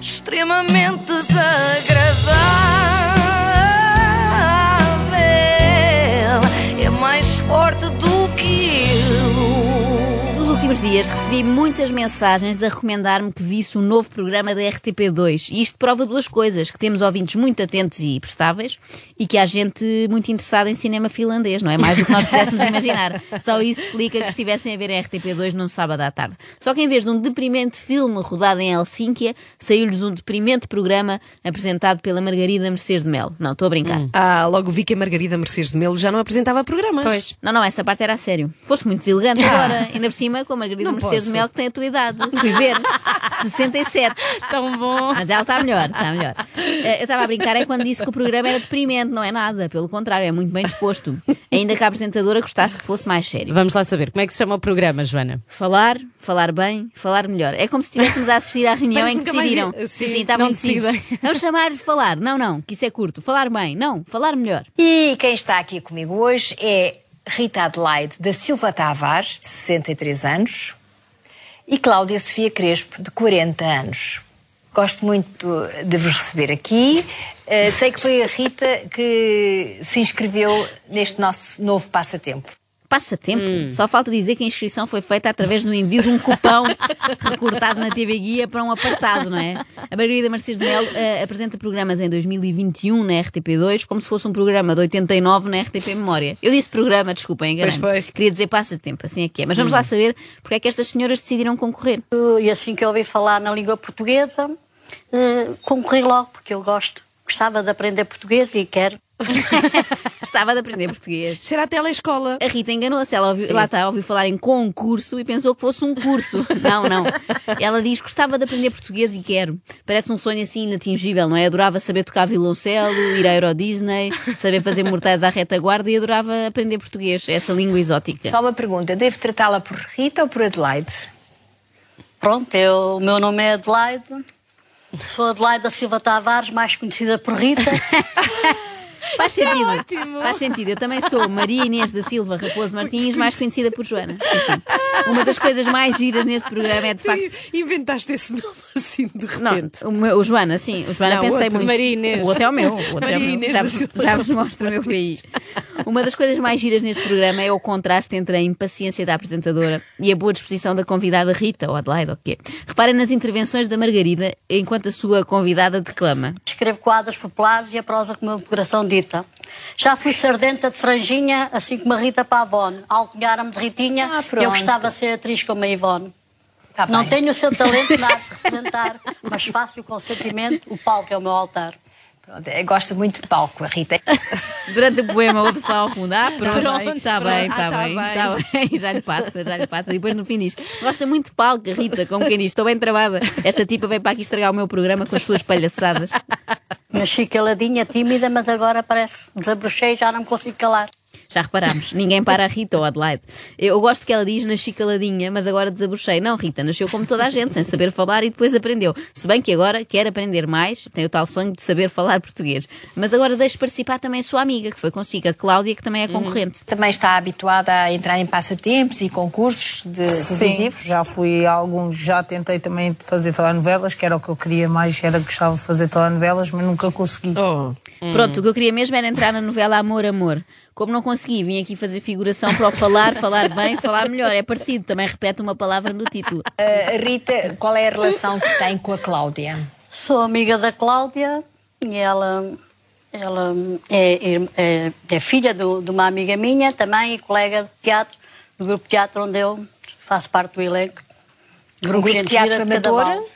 extremamente desagradável. É mais forte do que eu. Nos últimos dias recebi muitas mensagens a recomendar-me que visse o novo programa da RTP2. E isto prova duas coisas: que temos ouvintes muito atentos e prestáveis e que há gente muito interessada em cinema finlandês, não é? Mais do que nós pudéssemos imaginar. Só isso explica que estivessem a ver a RTP2 num sábado à tarde. Só que em vez de um deprimente filme rodado em Helsínquia, saiu-lhes um deprimente programa apresentado pela Margarida Mercedes de Mel. Não, estou a brincar. Ah, logo vi que a Margarida Mercedes de Melo já não apresentava programas. Pois. Não, não, essa parte era a sério. Foste muito deselegante agora, ainda por cima, com a Margarida Ah. Não Mercedes posso. Mel, que tem a tua idade. Fui ver. 67. Tão bom. Mas ela está melhor, está melhor. Eh, Eu estava a brincar é quando disse que o programa era deprimente, não é nada. Pelo contrário, é muito bem disposto. Ainda que a apresentadora gostasse que fosse mais sério. Vamos lá saber como é que se chama o programa, Joana. Falar, falar bem, falar melhor. É como se estivéssemos a assistir à reunião Parece em que nunca mais decidiram. ir- Sim, Sim, sim, estavam não indecisos. decidem. Vamos chamar-lhe falar. Não, não, que isso é curto. Falar bem. Não, falar melhor. E quem está aqui comigo hoje é Rita Adelaide da Silva Tavares, de 63 anos, e Cláudia Sofia Crespo, de 40 anos. Gosto muito de vos receber aqui. Eh, sei que foi a Rita que se inscreveu neste nosso novo passatempo. Passatempo. Hum. Só falta dizer que a inscrição foi feita através do envio de um cupão recortado na TV Guia para um apartado, não é? A Margarida Marcis de Melo eh, apresenta programas em 2021 na RTP2, como se fosse um programa de 89 na RTP Memória. Eu disse programa, desculpem, enganei. Pois foi. Hum. Queria dizer passatempo, assim é que é. Mas vamos lá saber porque é que estas senhoras decidiram concorrer. E assim que eu ouvi falar na língua portuguesa, eh, concorri logo, porque eu gosto. Gostava de aprender português e quero. Estava de aprender português. Será a telescola. A Rita enganou-se, ela ouviu, lá está, ouviu falar em concurso e pensou que fosse um curso. Não, não. Ela diz que gostava de aprender português e quero. Parece um sonho assim inatingível, não é? Adorava saber tocar violoncelo, ir à Euro Disney, saber fazer mortais à retaguarda e adorava aprender português, essa língua exótica. Só uma pergunta: devo tratá-la por Rita ou por Adelaide? Pronto, eu, o meu nome é Adelaide. Sou Adelaide da Silva Tavares, mais conhecida por Rita. Faz sentido. Faz sentido. Eu também sou Maria Inês da Silva Raposo Martins, mais conhecida por Joana. Sim, sim. Uma das coisas mais giras neste programa é de facto Tu inventaste esse nome assim de Não, repente. o, meu- o Joana, sim, o Joana Não, pensei outro. muito. Maria Inês. O outro é o meu. O outro é o Maria meu. Inês já, da vos- Silva já vos mostro o meu país. Uma das coisas mais giras neste programa é o contraste entre a impaciência da apresentadora e a boa disposição da convidada Rita, ou Adelaide, ou o quê. Reparem nas intervenções da Margarida enquanto a sua convidada declama. Escrevo quadros populares e a prosa que o meu coração dita. Já fui sardenta de franjinha, assim como a Rita Pavone. Alcunharam-me de Ritinha, Ah, pronto. eu gostava de ser atriz como a Ivone. Tá Não bem. tenho o seu talento na arte de representar, mas faço com sentimento o palco é o meu altar. Pronto, eu gosto muito de palco, a Rita. Durante o poema ouve-se lá ao fundo. Ah, pronto, está bem, Pronto, está bem, pronto. está Ah, tá bem, bem. tá bem. Já lhe passa, já lhe passa. E depois no fim diz: Gosta muito de palco, Rita, como quem diz, estou bem travada. Esta tipa veio para aqui estragar o meu programa com as suas palhaçadas. Nasci caladinha, tímida, mas agora parece desabrochei e já não me consigo calar. Já reparámos, ninguém para a Rita ou a Adelaide. Eu gosto que ela diz nasci caladinha, mas agora desabuchei. Não, Rita, nasceu como toda a gente, sem saber falar e depois aprendeu. Se bem que agora quer aprender mais, tem o tal sonho de saber falar português. Mas agora deixe participar também a sua amiga, que foi consigo, a Cláudia, que também é concorrente. Também está habituada a entrar em passatempos e concursos de Sim, televisivos? já fui a alguns, já tentei também fazer telenovelas, que era o que eu queria mais, era que gostava de fazer telenovelas, mas nunca consegui. Oh. Pronto, o que eu queria mesmo era entrar na novela Amor, Amor. Como não consegui, vim aqui fazer figuração para o falar, falar bem, falar melhor. É parecido, também repete uma palavra no título. Uh, Rita, qual é a relação que tem com a Cláudia? Sou amiga da Cláudia e ela, ela é, ir- é- é filha do- de uma amiga minha também e colega de teatro, do grupo de teatro onde eu faço parte do elenco. Um grupo de Gente teatro Gira de amador? então? Cadaval.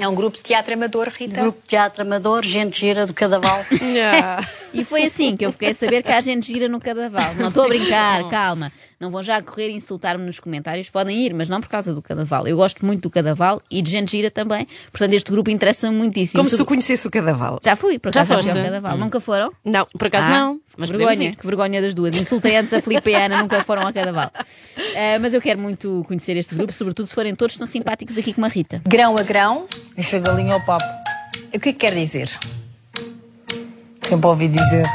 É um grupo de teatro amador, Rita? Grupo de teatro amador, gente gira do Cadaval. Yeah. E foi assim que eu fiquei a saber que há gente gira no cadaval. Não estou a brincar, calma. Não vão já correr e insultar-me nos comentários. Podem ir, mas não por causa do cadaval. Eu gosto muito do cadaval e de gente gira também. Portanto, este grupo interessa-me muitíssimo. Como se tu Sobre- conhecesse o cadaval. Já fui, por Já acaso já fui ao foste? cadaval. Nunca foram? Não, por acaso Ah, não. Mas que podemos vergonha, ir. que vergonha das duas. Insultei antes a Filipe e a Ana, nunca foram ao cadaval. Ah, mas eu quero muito conhecer este grupo, sobretudo se forem todos tão simpáticos aqui como a Rita. Grão a grão, Enche a galinha ao papo, o que é que quer dizer? sempre ouvi dizer.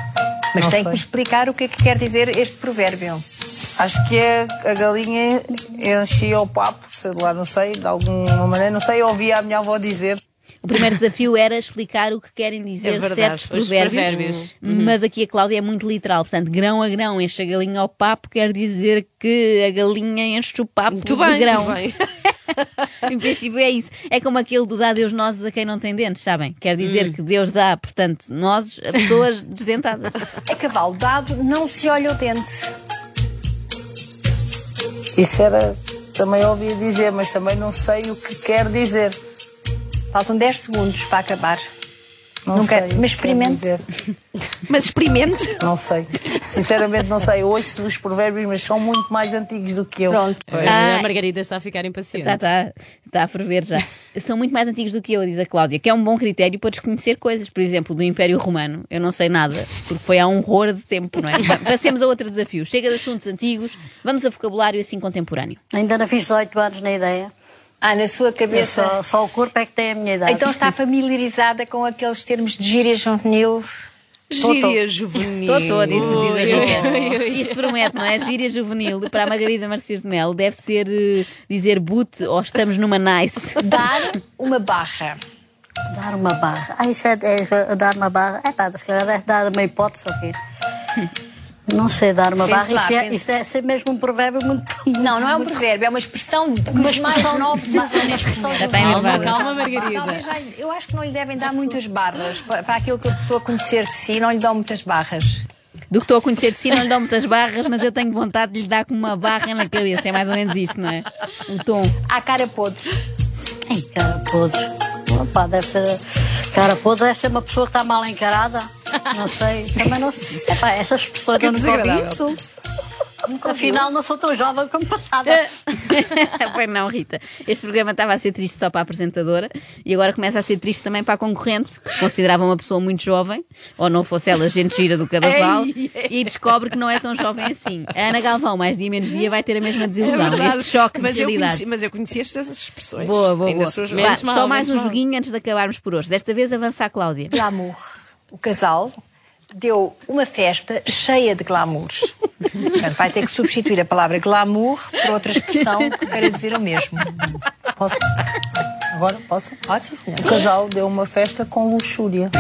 Mas Não tem que sei. me explicar o que é que quer dizer este provérbio. Acho que é a galinha enchia o papo, sei lá, não sei, de alguma maneira, não sei, eu ouvi a minha avó dizer. O primeiro desafio era explicar o que querem dizer É verdade, certos os Uhum. provérbios, provérbios. mas aqui a Cláudia é muito literal. Portanto, grão a grão, enche a galinha ao papo, quer dizer que a galinha enche o papo Muito de bem, grão. muito bem. em princípio é isso. É como aquele do dar Deus nozes a quem não tem dentes, sabem? Quer dizer Hum. que Deus dá, portanto, nozes a pessoas desdentadas. É A cavalo dado não se olha o dente. Isso era também óbvio dizer, mas também não sei o que quer dizer. Faltam 10 segundos para acabar. Não Nunca- sei. o que mas quer experimente. dizer. Mas experimente. Não sei. Sinceramente, não sei. Eu ouço os provérbios, mas são muito mais antigos do que eu. Pronto. Pois, Ah. a Margarida está a ficar impaciente. Está tá, tá a ferver já. São muito mais antigos do que eu, diz a Cláudia, que é um bom critério para desconhecer coisas. Por exemplo, do Império Romano, eu não sei nada, porque foi há um horror de tempo, não é? Pa- Passemos a outro desafio. Chega de assuntos antigos, vamos a vocabulário assim contemporâneo. Ainda não fiz 18 anos na ideia. Ah, na sua Eu cabeça. Só, só o corpo é que tem a minha idade. Então está familiarizada com aqueles termos de gíria juvenil? Gíria juvenil. Estou toda, diz, diz a Ui, Rita. ui, ui. Isto promete, não é? Gíria juvenil para a Margarida Marcias de Melo deve ser eh, dizer boot ou estamos numa nice. Dar uma barra. Dar uma barra. Ah, isso é, é, é dar uma barra. É pá, se calhar deve dar uma hipótese aqui. Não sei dar uma Pense barra. lá, isso, é, pense. isso deve ser mesmo um provérbio muito. Não, não é um provérbio, é uma expressão mas mais novos. é Já está Calma, enervada. calma, Talvez Margarida. já- eu acho que não lhe devem dar muitas barras. Para para aquilo que eu estou a conhecer de si, não lhe dão muitas barras. Do que estou a conhecer de si, não lhe dão muitas barras, mas eu tenho vontade de lhe dar com uma barra na cabeça. É mais ou menos isto, não é? O tom. Há cara podre. Ai, cara podre. Opa, deve ser. Cara podre deve ser uma pessoa que está mal encarada. Não sei. Também não sei. Epá, essas pessoas Que eu nunca ouvi desagradável. isso. Afinal, não sou tão jovem como passada. pois não, Rita. Este programa estava a ser triste só para a apresentadora e agora começa a ser triste também para a concorrente, que se considerava uma pessoa muito jovem, ou não fosse ela gente gira do cadaval, e descobre que não é tão jovem assim. A Ana Galvão, mais dia menos dia, vai ter a mesma É desilusão, verdade. este choque mas de eu realidade. conheci, mas eu conheci estas expressões. Boa, boa, Ainda boa. sou jovem. Vá, Menos mal, só mais menos um mal. joguinho antes de acabarmos por hoje. Desta vez avança a Cláudia. Glamour. O casal deu uma festa cheia de glamours. Portanto, vai ter que substituir a palavra glamour por outra expressão que queira dizer o mesmo. Posso? Agora, posso? Pode sim, senhor. O casal deu uma festa com luxúria.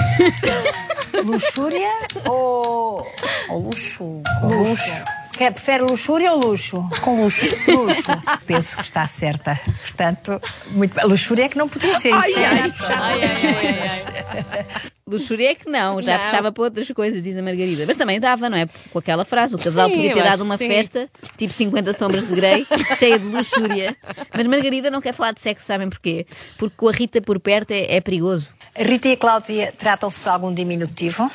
Luxúria ou Ou luxo. Com luxo. Quer, prefere luxúria ou luxo? Com luxo. Luxo. Penso que está certa. Portanto, muito bem. Luxúria é que não podia ser. Isto é natural. Ai, ai, ai, ai, ai. Luxúria é que não, já puxava para outras coisas, diz a Margarida. Mas também dava, não é? Com aquela frase, o casal Sim, podia ter eu dado acho uma que sim. festa, tipo 50 sombras de Grey, cheia de luxúria. Mas Margarida não quer falar de sexo, sabem porquê? Porque com a Rita por perto é, é perigoso. A Rita e a Cláudia tratam-se por algum diminutivo?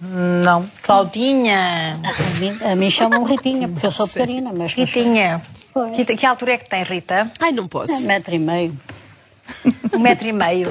Não. Claudinha. A mim chamam Ritinha, porque eu sou pequenina, mas. Ritinha. Rita, que altura é que tem, Rita? Ai, não posso. É metro e meio. Um metro e meio.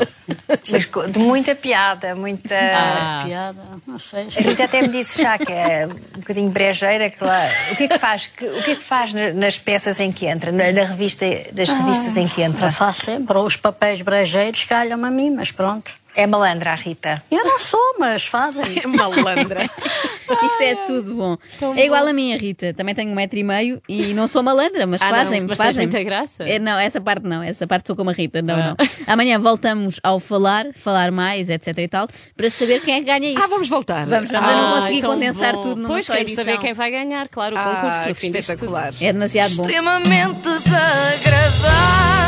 Mas co- de muita piada, muita. Ah. É, Piada, não sei. A Rita até me disse já que é um bocadinho brejeira. que lá- O que é que faz, que- o que é que faz na- nas peças em que entra? Na, na revista, nas revistas em que Já entra? faço sempre. Os papéis brejeiros calham-me a mim, mas pronto. É malandra a Rita. Eu não sou, mas fazem. É malandra. Isto é tudo bom. É igual a minha, Rita. Também tenho um metro e meio e não sou malandra, mas Ah, não, fazem-me. mas tens fazem muita graça. É, não, essa parte não. Essa parte sou como a Rita. Não, Ah. não. Amanhã voltamos ao falar, falar mais, etc e tal, para saber quem é que ganha isto. Ah, vamos voltar. Vamos, vamos. eu Ah, não consegui tão condensar bom. tudo numa Pois, só queremos edição. saber quem vai ganhar, claro, o Ah, concurso no que fim disto tudo. espetacular. É demasiado bom. Extremamente desagradável.